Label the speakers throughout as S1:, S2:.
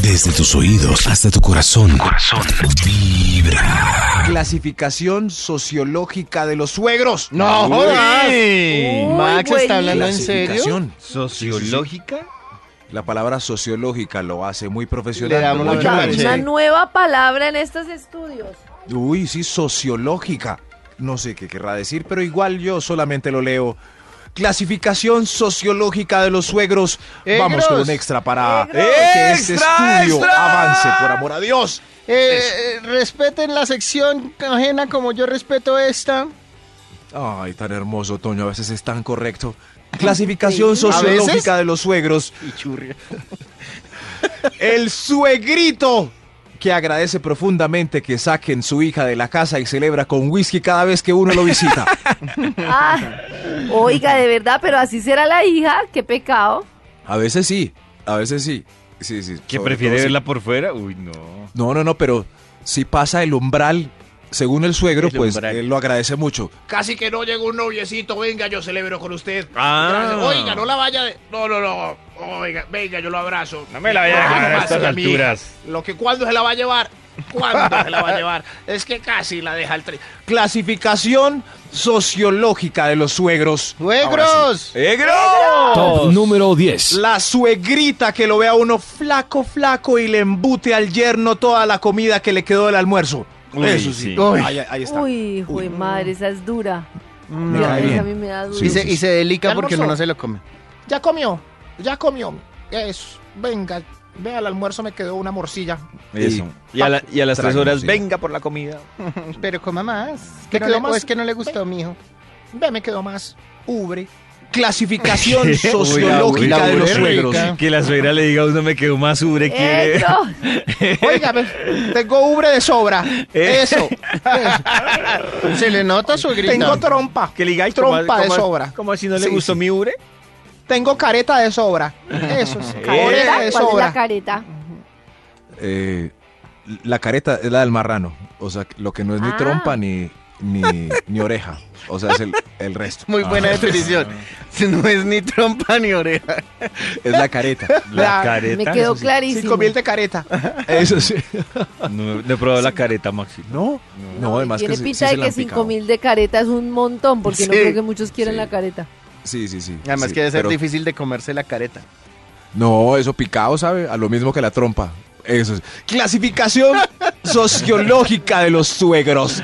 S1: Desde tus oídos hasta tu corazón. Corazón. Vibra.
S2: Clasificación sociológica de los suegros. No,
S3: jodas!
S4: Uy,
S3: Max está hablando en serio.
S2: clasificación.
S4: ¿Sociológica?
S2: La palabra sociológica lo hace muy profesional. pues,
S3: Le damos
S2: pero
S3: la
S2: mucho
S4: Oye,
S2: más.
S3: bienvenida.
S4: Max.
S3: Che.
S4: Manche.
S5: Una nueva palabra en estos estudios.
S2: Uy, sí, sociológica. No sé qué querrá decir, pero igual yo solamente lo leo. Clasificación sociológica de los suegros. Vamos con
S3: ¡Egros!
S2: un extra para
S5: ¡Egros!
S2: que este
S4: ¡Extra,
S2: estudio
S4: extra!
S2: avance, por amor a Dios.
S3: Eh, eh, respeten la sección ajena como yo respeto esta.
S2: Ay, tan hermoso, Toño, a veces es tan correcto. Clasificación sociológica de los suegros.
S3: Y churria.
S2: El suegrito que agradece profundamente que saquen su hija de la casa y celebra con whisky cada vez que uno lo visita.
S5: Ah, oiga, de verdad, pero así será la hija. Qué pecado.
S2: A veces sí, a veces sí. Sí, sí.
S4: ¿Que
S2: sobre
S4: prefiere
S2: todo sí.
S4: verla por fuera? Uy, no.
S2: No, no, no, pero si pasa el umbral, según el suegro,
S3: El
S2: pues
S3: umbral.
S2: él lo agradece mucho.
S6: Casi que no llega un noviecito, venga, yo celebro con usted.
S4: Ah.
S6: Gracias. Oiga, no la vaya de... No, no, no. Oiga, venga, yo lo abrazo.
S4: No me la vaya a
S6: No,
S4: dejar a
S6: no
S4: estas
S6: pasa, mi hija.
S4: alturas.
S6: Lo que cuándo se la va a llevar. ¿Cuándo se la va a llevar? Es que casi la deja el tri...
S2: Clasificación sociológica de los suegros.
S3: ¡Suegros!
S1: Top número 10.
S2: La suegrita que lo ve a uno flaco, flaco y le embute al yerno toda la comida que le quedó del almuerzo.
S4: Uy,
S2: Eso sí.
S4: sí.
S3: Uy.
S2: Ahí, ahí está.
S5: Uy, hijo de madre, esa es dura.
S2: Me
S5: Dios,
S2: cae
S5: esa a
S2: bien.
S5: mí me da duro.
S3: Y, se, y se delica
S6: ¿Ya
S3: porque
S6: almorzó?
S3: uno no se lo come.
S6: Ya comió, ya comió. Eso, venga, vea, al almuerzo me quedó una morcilla.
S4: Eso. Y a, la- y a las tres
S2: Extraño,
S4: horas,
S2: sí.
S4: venga por la comida.
S3: Pero coma más.
S6: ¿Qué
S3: Que no
S6: quedó
S3: le- o
S6: más?
S3: es que no le gustó, mijo.
S6: Ve, me quedó más. Ubre.
S2: Clasificación
S4: ¿Qué? Uy,
S2: sociológica
S4: la
S2: de los
S4: ubre
S2: suegros.
S3: rica.
S4: Que la suegra le diga a uno me quedó más ubre quiere.
S5: Eso.
S6: Oiga, ve, tengo ubre de sobra.
S3: Eh.
S6: Eso.
S3: Se le nota su grito.
S6: Tengo trompa.
S4: Que le diga, ay,
S6: Trompa
S4: ¿cómo-
S6: de
S4: cómo-
S6: sobra.
S4: ¿Cómo si no le
S6: Sí,
S4: gustó
S6: sí.
S4: mi ubre?
S6: Tengo careta de sobra. Eso sí.
S5: ¿Careta?
S6: Careta de
S5: ¿Cuál es la
S6: sobra.
S5: careta?
S2: Eh, la careta es la del marrano. O sea, lo que no es ni
S5: Ah.
S2: trompa ni, ni, ni oreja. O sea, es el, el resto.
S3: Muy buena definición. Ah. No es ni trompa ni oreja.
S2: Es la careta.
S4: La
S6: La-
S4: careta.
S5: Me quedó
S4: eso sí.
S5: clarísimo.
S6: Cinco mil de careta.
S2: Eso sí.
S4: No, no he probado la careta, Maxi.
S2: No, no,
S5: No, y
S2: además
S5: tiene
S2: que sí- sí
S5: pinta
S2: se
S5: de
S2: la han
S5: que cinco
S2: picado.
S5: mil de careta es un montón, porque no
S3: Sí.
S5: creo que muchos quieran
S2: Sí.
S5: la careta.
S2: Sí, sí, sí.
S3: Además
S2: sí,
S3: que debe ser
S2: pero-
S3: difícil de comerse la careta.
S2: No, eso picado, ¿sabe? A lo mismo que la trompa. Eso es. Clasificación sociológica de los suegros.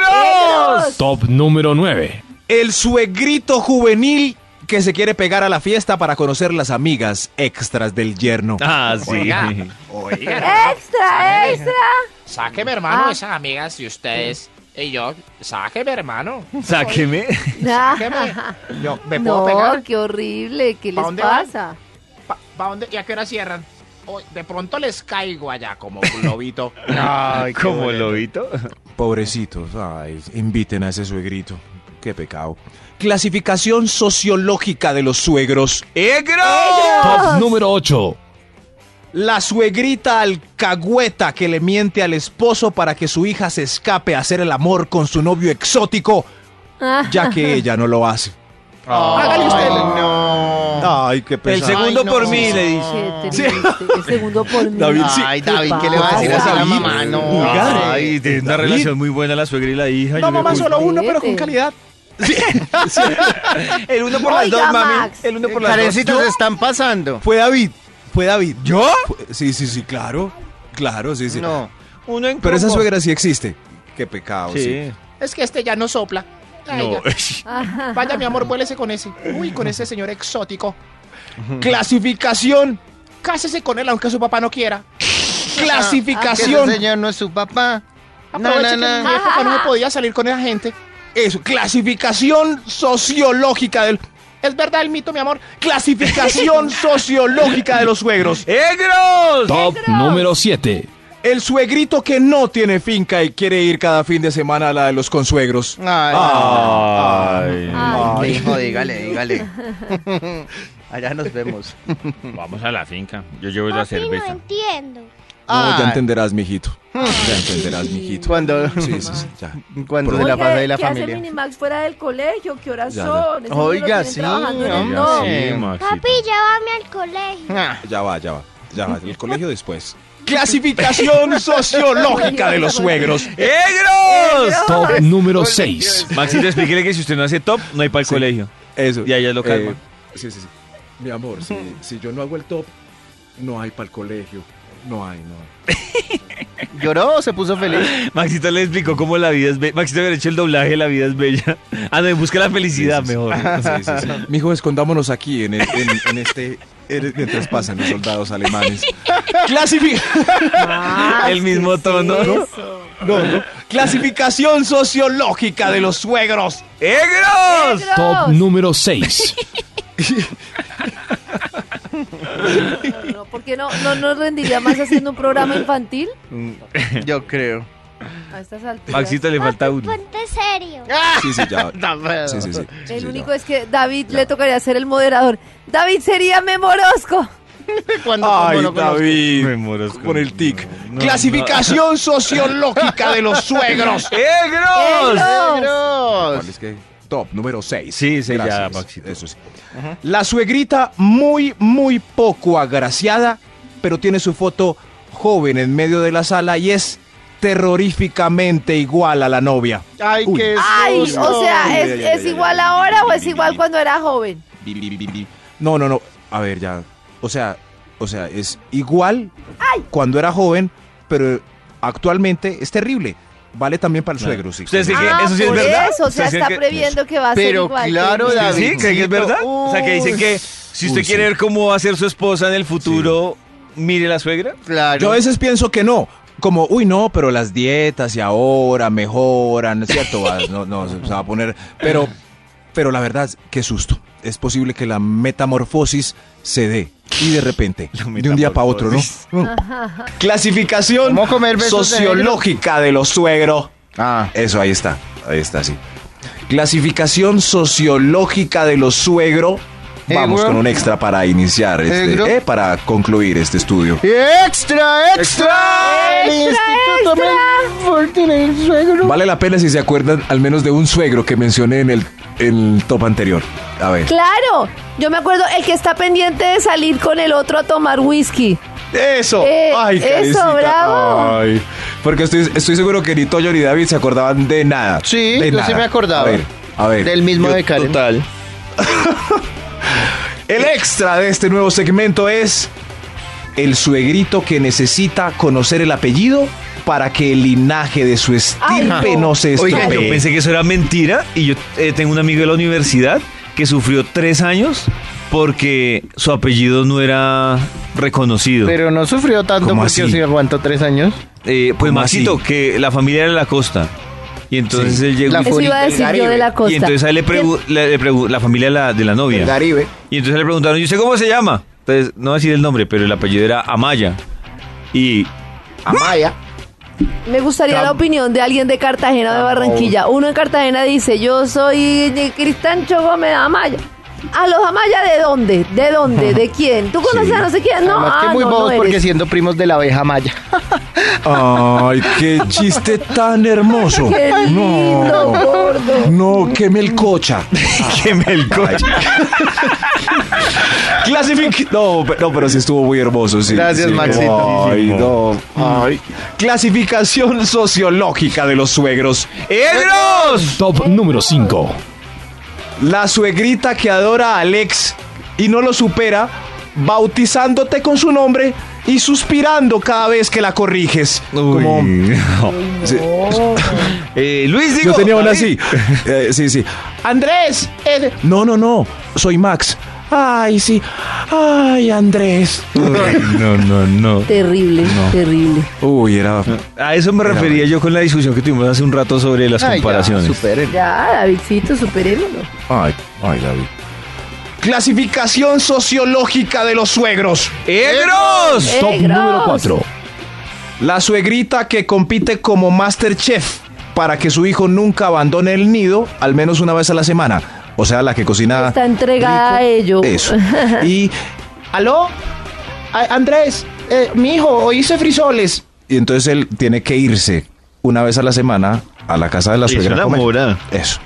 S5: ¡Negros!
S1: Top número 9.
S2: El suegrito juvenil que se quiere pegar a la fiesta para conocer las amigas extras del yerno.
S4: Ah, sí.
S6: Oiga, oiga.
S5: ¡Extra, extra!
S6: Sáqueme, hermano,
S5: Ah.
S6: esas amigas y ustedes y yo. Sáqueme, hermano.
S4: Sáqueme.
S6: Sáqueme. Yo, ¿Me puedo
S5: Ah, no,
S6: pegar?
S5: qué horrible, ¿qué
S6: ¿Pa
S5: les
S6: dónde van?
S5: pasa?
S6: ¿Para dónde? ¿Y a qué hora cierran? Hoy, de pronto les caigo allá como un lobito.
S3: Ay,
S4: Como el lobito.
S2: Pobrecitos, ay, inviten a ese suegrito. Qué pecado. Clasificación sociológica de los suegros.
S1: Top número 8.
S2: La suegrita alcahueta que le miente al esposo para que su hija se escape a hacer el amor con su novio exótico,
S5: Ah,
S2: ya que ella no lo hace.
S3: Hágale usted.
S6: Ay,
S3: No.
S2: Ay, qué
S4: El
S2: pesado.
S4: segundo
S3: Ay, no.
S4: por mí, le dije.
S5: qué
S2: Ah. Sí.
S5: triste, el segundo por mí.
S2: David, sí.
S3: Ay, David, ¿qué le va a decir
S5: pasa,
S3: así a la
S2: David?
S3: mamá? No.
S2: Vulgar.
S3: Ay,
S4: Ay, tiene una
S2: David.
S4: relación muy buena la suegra y la hija. yo
S6: No, mamá,
S4: creo que-
S6: solo uno, pero con
S5: Juguete.
S6: calidad.
S4: El uno por las
S5: Oiga,
S4: dos, mami.
S5: Max.
S4: El uno por las dos.
S3: Carecitas están pasando.
S2: Fue David, fue David.
S4: ¿Yo?
S2: Fue- Sí, sí, sí, claro. Claro, sí, sí.
S3: No.
S4: Uno en
S2: Pero esa
S4: combo.
S2: suegra sí existe. Qué pecado, sí.
S4: Sí.
S6: Es que este ya no sopla. Ay,
S4: No.
S6: ya. Vaya, mi amor, vuélese con ese. Uy, con ese señor exótico.
S2: Clasificación,
S6: Cásese con él aunque su papá no quiera.
S3: Que
S2: clasificación.
S3: ese señor no es su papá. No,
S6: Aproveche
S3: no,
S6: que en mi
S3: no.
S6: época no me podía salir con esa gente.
S2: Eso, clasificación sociológica del.
S6: Es verdad el mito, mi amor.
S2: Clasificación sociológica de los suegros.
S4: ¡Egros!
S1: Top número 7.
S2: El suegrito que no tiene finca y quiere ir cada fin de semana a la de los consuegros.
S3: Ay,
S4: Ay.
S3: no.
S5: Ay,
S3: hijo, dígale, dígale. Allá nos vemos.
S4: Vamos a la finca. Yo llevo la
S7: Papi, no
S4: cerveza.
S7: entiendo.
S2: No, ya
S3: Ah,
S2: entenderás, mijito. Ya entenderás,
S5: Sí.
S2: mijito.
S3: Cuando,
S2: Sí, sí, sí, ya.
S3: cuando
S2: Por-
S3: se la
S5: Oiga,
S3: pasa de la
S5: ¿qué hace
S3: familia.
S5: Minimax fuera del colegio? ¿Qué horas
S2: Ya, ya.
S5: son? Ese niño lo
S3: Oiga,
S5: tienen
S3: sí,
S5: trabajando en el
S3: hombre.
S5: no.
S4: Sí, Maxito.
S7: Papi, llévame al colegio.
S3: Ah,
S2: Ya va, ya va. Ya, el colegio después. Clasificación sociológica de los suegros.
S4: ¡Egros!
S1: Top número 6.
S4: Maxito, explíquele que si usted no hace top, no hay para el colegio.
S2: Eso.
S4: Y a ella lo calma.
S2: Eh, sí, sí, sí. Mi amor, si, si yo no hago el top, no hay para el colegio. No hay, no hay.
S3: ¿Lloró o se puso feliz?
S4: Maxito le explicó cómo la vida es bella. Maxito había hecho el doblaje La vida es bella. Ah, no, en busca de la felicidad
S2: Sí, sí, sí.
S4: mejor.
S2: Sí, sí, sí. Mijo, escondámonos aquí en, el- en- en este. en- Mientras pasan los soldados alemanes. Clasific-
S5: Ah,
S4: El mismo tono.
S2: No, no. Clasificación sociológica de los suegros.
S4: ¡Egros!
S1: Top
S5: No,
S1: número 6.
S5: no, ¿Por qué no, no nos rendiría más haciendo un programa infantil
S3: Yo creo.
S5: a estas alturas?
S4: Maxito le falta uno.
S7: Ponte serio.
S2: Sí, sí, ya.
S3: No,
S2: Sí, sí, sí. Sí,
S5: El
S2: sí,
S5: único
S2: ya.
S5: es que David le tocaría ser el moderador. David sería memorosco.
S3: Cuando
S2: Ay,
S3: como no conozco.
S2: David.
S4: Me muero
S2: Con el tic.
S4: No, no.
S2: Clasificación sociológica de los suegros.
S3: Eh,
S4: ¡Egros!
S5: Negros.
S2: ¿Cuál
S3: Negros.
S2: es que? Top número 6.
S4: Sí, sí, ya, Maxito.
S2: Eso sí. La suegrita muy, muy poco agraciada, pero tiene su foto joven en medio de la sala y es terroríficamente igual a la novia.
S3: Ay,
S2: Uy.
S3: qué
S5: Ay,
S3: susto.
S5: o
S2: Uy,
S5: sea, eh,
S2: ya,
S5: ¿es,
S2: ya,
S5: es
S2: ya, ya,
S5: igual
S2: ya.
S5: ahora o es
S2: Bi, bi,
S5: igual
S2: bi.
S5: cuando era joven?
S2: Bi, bi, bi, bi. No, no, no. A ver, ya. O sea, o sea, es igual cuando era joven, pero actualmente es terrible. Vale también para el suegro, sí.
S4: Ustedes sí que-
S5: Ah,
S4: eso sí es
S5: por
S4: verdad.
S5: eso, o sea,
S4: Ustedes sí
S5: está
S4: que-
S5: previendo que va a ser
S3: Pero
S5: igual.
S3: claro,
S5: que-
S3: David.
S4: ¿Sí? ¿Creen que es verdad? O sea, que dicen que si usted
S2: Uy,
S4: quiere
S2: sí.
S4: ver cómo va a ser su esposa en el futuro, mire la suegra.
S3: Claro.
S2: Yo a veces pienso que no. Como, uy, no, pero las dietas y ahora mejoran, ¿cierto? Va, No, no, se, se va a poner. Pero, pero la verdad, qué susto. Es posible que la metamorfosis se dé. Y de repente, de un día para otro, ¿no? Clasificación
S3: ¿Cómo comer besos de
S2: sociológica de, los suegros.
S3: Ah.
S2: Eso, ahí está. Ahí está, sí. Clasificación sociológica de los suegro. Vamos
S3: Negro.
S2: con un extra para iniciar,
S3: Negro.
S2: este, eh, para concluir este estudio.
S3: ¡Extra, extra! El
S5: Extra,
S3: Instituto
S5: extra.
S3: Mel- por tener suegro.
S2: Vale la pena si se acuerdan al menos de un suegro que mencioné en el, en el top anterior. A ver.
S5: Claro, yo me acuerdo el que está pendiente de salir con el otro a tomar whisky.
S2: Eso.
S5: Eh, eso,
S2: carecita.
S5: bravo.
S2: Ay. Porque estoy, estoy seguro que ni Toño ni David se acordaban de nada.
S3: Sí,
S2: de
S3: yo
S2: nada.
S3: sí me acordaba.
S2: A ver, a ver.
S3: Del mismo de Karen.
S4: Total.
S2: El extra de este nuevo segmento es el suegrito que necesita conocer el apellido para que el linaje de su estirpe
S5: Ay, no.
S2: no se estropee.
S4: Oiga, yo pensé que eso era mentira y yo eh, tengo un amigo de la universidad que sufrió tres años porque su apellido no era reconocido.
S3: Pero no sufrió tanto
S2: ¿Cómo
S3: porque
S2: así?
S3: yo sí aguanto tres años.
S4: Eh, pues
S2: ¿Cómo
S4: Maxito,
S2: así?
S4: que la familia era de la costa. Y entonces él llegó...
S3: La
S4: y-
S5: Eso iba a
S3: del
S5: decir yo
S3: Caribe.
S5: de la costa.
S4: y entonces a él le pregu- le- le pregu- la familia de la, de la novia.
S6: Caribe.
S4: Y entonces le preguntaron, ¿y usted cómo se llama? Entonces, no voy a decir el nombre, pero el apellido era Amaya. Y
S6: Amaya.
S5: Me gustaría la opinión de alguien de Cartagena o de Barranquilla. Uno en Cartagena dice, yo soy Cristancho Gómez Amaya. ¿A los Amaya de dónde? ¿De dónde? ¿De quién? ¿Tú conoces a no sé quién? No,
S3: Además que
S5: ah,
S3: muy
S5: no, no
S3: bobos porque
S5: eres.
S3: siendo primos de la abeja maya.
S2: Ay, qué chiste tan hermoso.
S5: Qué lindo,
S2: no,
S5: gordo.
S2: no, qué melcocha.
S4: que Melcocha.
S2: Clasific... No, pe- no, pero sí estuvo muy hermoso, sí.
S3: Gracias,
S2: sí.
S3: Maxito.
S2: Ay, no. Ay. Clasificación sociológica de los suegros.
S4: ¡Egros!
S1: Top número 5.
S2: La suegrita que adora a Alex y no lo supera, bautizándote con su nombre y suspirando cada vez que la corriges. Como- Sí.
S4: Eh, Luis, digo.
S2: Yo tenía una así. Eh, sí, sí. Andrés. eh, no, no, no. Soy Max. Ay, sí. Ay, Andrés.
S4: No, no, no.
S5: Terrible, terrible.
S2: Uy, era
S4: A eso me refería yo con la discusión que tuvimos hace un rato sobre las
S3: Ay, ya,
S4: comparaciones.
S3: superen.
S5: Ya, Davidcito, superémoslo.
S2: Ay, ay, David. Clasificación sociológica de los suegros.
S4: ¡Egros!
S1: Top
S5: Negros.
S1: número 4.
S2: La suegrita que compite como Masterchef para que su hijo nunca abandone el nido al menos una vez a la semana. O sea, la que cocina.
S5: Está entregada a ello.
S2: Eso. Y.
S6: ¿Aló? A- Andrés, eh, mi hijo, hoy hice frisoles.
S2: Y entonces él tiene que irse una vez a la semana a la casa de la
S4: Sí,
S2: suegra.
S4: se
S2: a comer.
S4: enamora.
S2: Eso.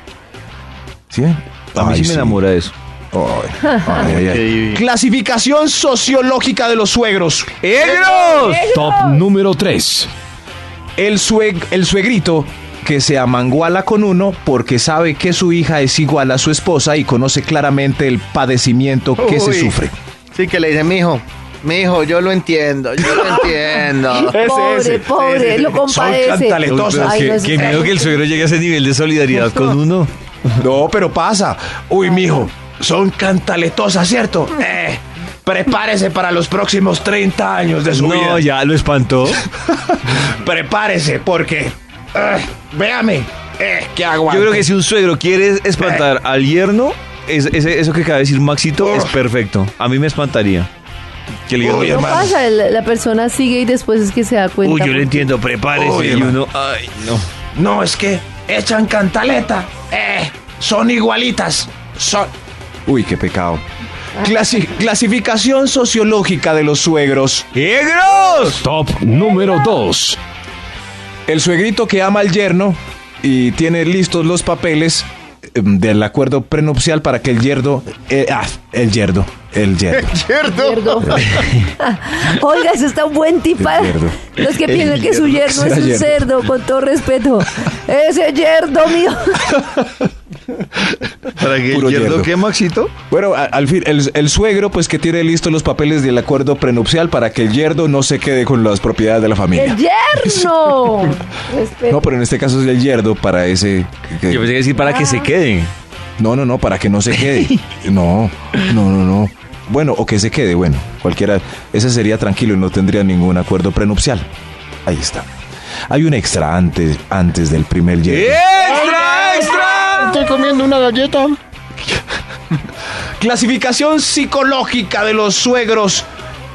S2: ¿Sí?
S4: A mí
S2: Ay,
S4: sí me enamora eso.
S2: Ay, ay, ay.
S6: Clasificación sociológica de los suegros.
S4: ¡Egros!
S1: Top número 3.
S2: El, sueg- el suegrito que se amanguala con uno porque sabe que su hija es igual a su esposa y conoce claramente el padecimiento que se
S3: Uy.
S2: sufre.
S3: Sí, que le dice, mijo, mijo, yo lo entiendo, yo lo entiendo.
S5: pobre, pobre, lo compadece.
S2: cantaletosas.
S5: Ay,
S4: qué,
S5: no, eso
S4: qué
S5: es-
S4: miedo que el suegro llegue a ese nivel de solidaridad con uno.
S2: No, pero pasa.
S6: Uy, mijo, son cantaletosas, ¿cierto? Eh, prepárese para los próximos 30 años de su vida.
S4: No, ya lo espantó.
S6: Prepárese, porque. eh, véame. Eh, que aguante.
S4: Yo creo que si un suegro quiere espantar al yerno, es- ese- eso que acaba de decir Maxito es perfecto. A mí me espantaría. Que el yerno-
S5: No pasa, la, la persona sigue y después es que se da cuenta.
S4: Uy, yo lo entiendo, prepárese.
S6: Uy,
S4: y
S6: hermano.
S4: uno, ah, ay, no.
S6: No, es que echan cantaleta. Eh, son igualitas. Son.
S2: Uy, qué pecado. Clasi- clasificación sociológica de los suegros.
S4: ¡Egros!
S1: Top número 2.
S2: El suegrito que ama al yerno y tiene listos los papeles em, del acuerdo prenupcial para que el yerno... eh, ah, el yerno, el yerno.
S5: Yerdo. Oiga, eso está un buen tipa.
S2: El yerdo.
S5: Los que piensan que su
S2: yerdo.
S5: yerno es un
S2: Será yerdo.
S5: cerdo, con todo respeto. Ese yerdo mío.
S4: ¿Para que
S2: Puro yerno.
S4: qué, Maxito?
S2: Bueno, a- al fin, el, el suegro pues que tiene listos los papeles del acuerdo prenupcial para que el yerno no se quede con las propiedades de la
S5: ¡El
S2: familia.
S5: yerno! Respeto.
S2: No, pero en este caso es el yerno para ese... que-
S4: Yo pensé que decir para que se quede.
S2: No, no, no, para que no se quede. No, no, no, no. Bueno, o que se quede, bueno, cualquiera. Ese sería tranquilo y no tendría ningún acuerdo prenupcial. Ahí está. Hay un extra antes, antes del primer yerno.
S4: ¡Extra, extra!
S3: Estoy comiendo una galleta.
S2: Clasificación psicológica de los suegros.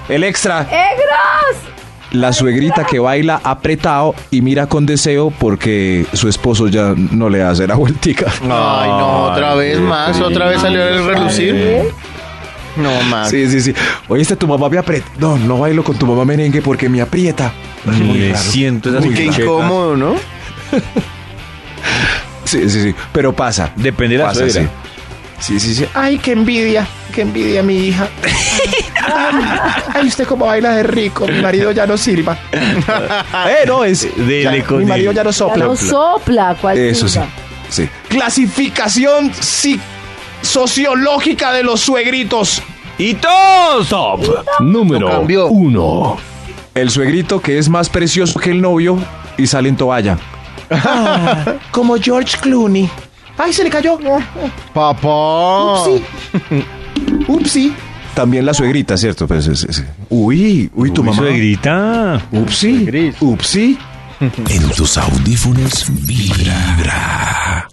S2: El extra,
S5: ¡Egros!
S2: la suegrita que baila apretado y mira con deseo porque su esposo ya no le hace la vueltica.
S3: Ay, no, otra vez más, otra vez salió el relucir. No, más.
S2: Sí, sí, sí. Oye, este tu mamá me aprieta. No, no bailo con tu mamá merengue porque me aprieta. Muy
S4: Me
S2: raro.
S4: siento esas
S2: Uy,
S3: Qué
S4: muchachas.
S3: incómodo, ¿no?
S2: Sí, sí, sí. Pero pasa.
S4: Depende de la
S2: Pasa,
S4: suegra.
S2: Sí, sí, sí.
S6: Ay, qué envidia. Qué envidia, mi hija. Ay, ay, usted cómo baila de rico. Mi marido ya no sirva.
S2: Eh, no, es.
S4: Dele
S2: ya,
S4: con
S6: Mi marido
S4: él.
S6: ya no
S5: Ya
S6: sopla.
S5: no sopla, ¿cuál
S2: Eso sí.
S5: puta?
S2: Sí.
S6: Clasificación si- sociológica de los suegritos.
S4: ¡Y todos!
S3: No
S1: Número
S3: cambió.
S1: 1.
S2: El suegrito que es más precioso que el novio y sale en toalla.
S6: Como George Clooney. Ay, se le cayó.
S3: Papá.
S6: Upsi. Upsi.
S2: También la suegrita, ¿cierto? Pues, es- es- Uy, uy, tu mamá.
S4: Suegrita.
S2: Upsi. Upsi.
S1: En tus audífonos vibra.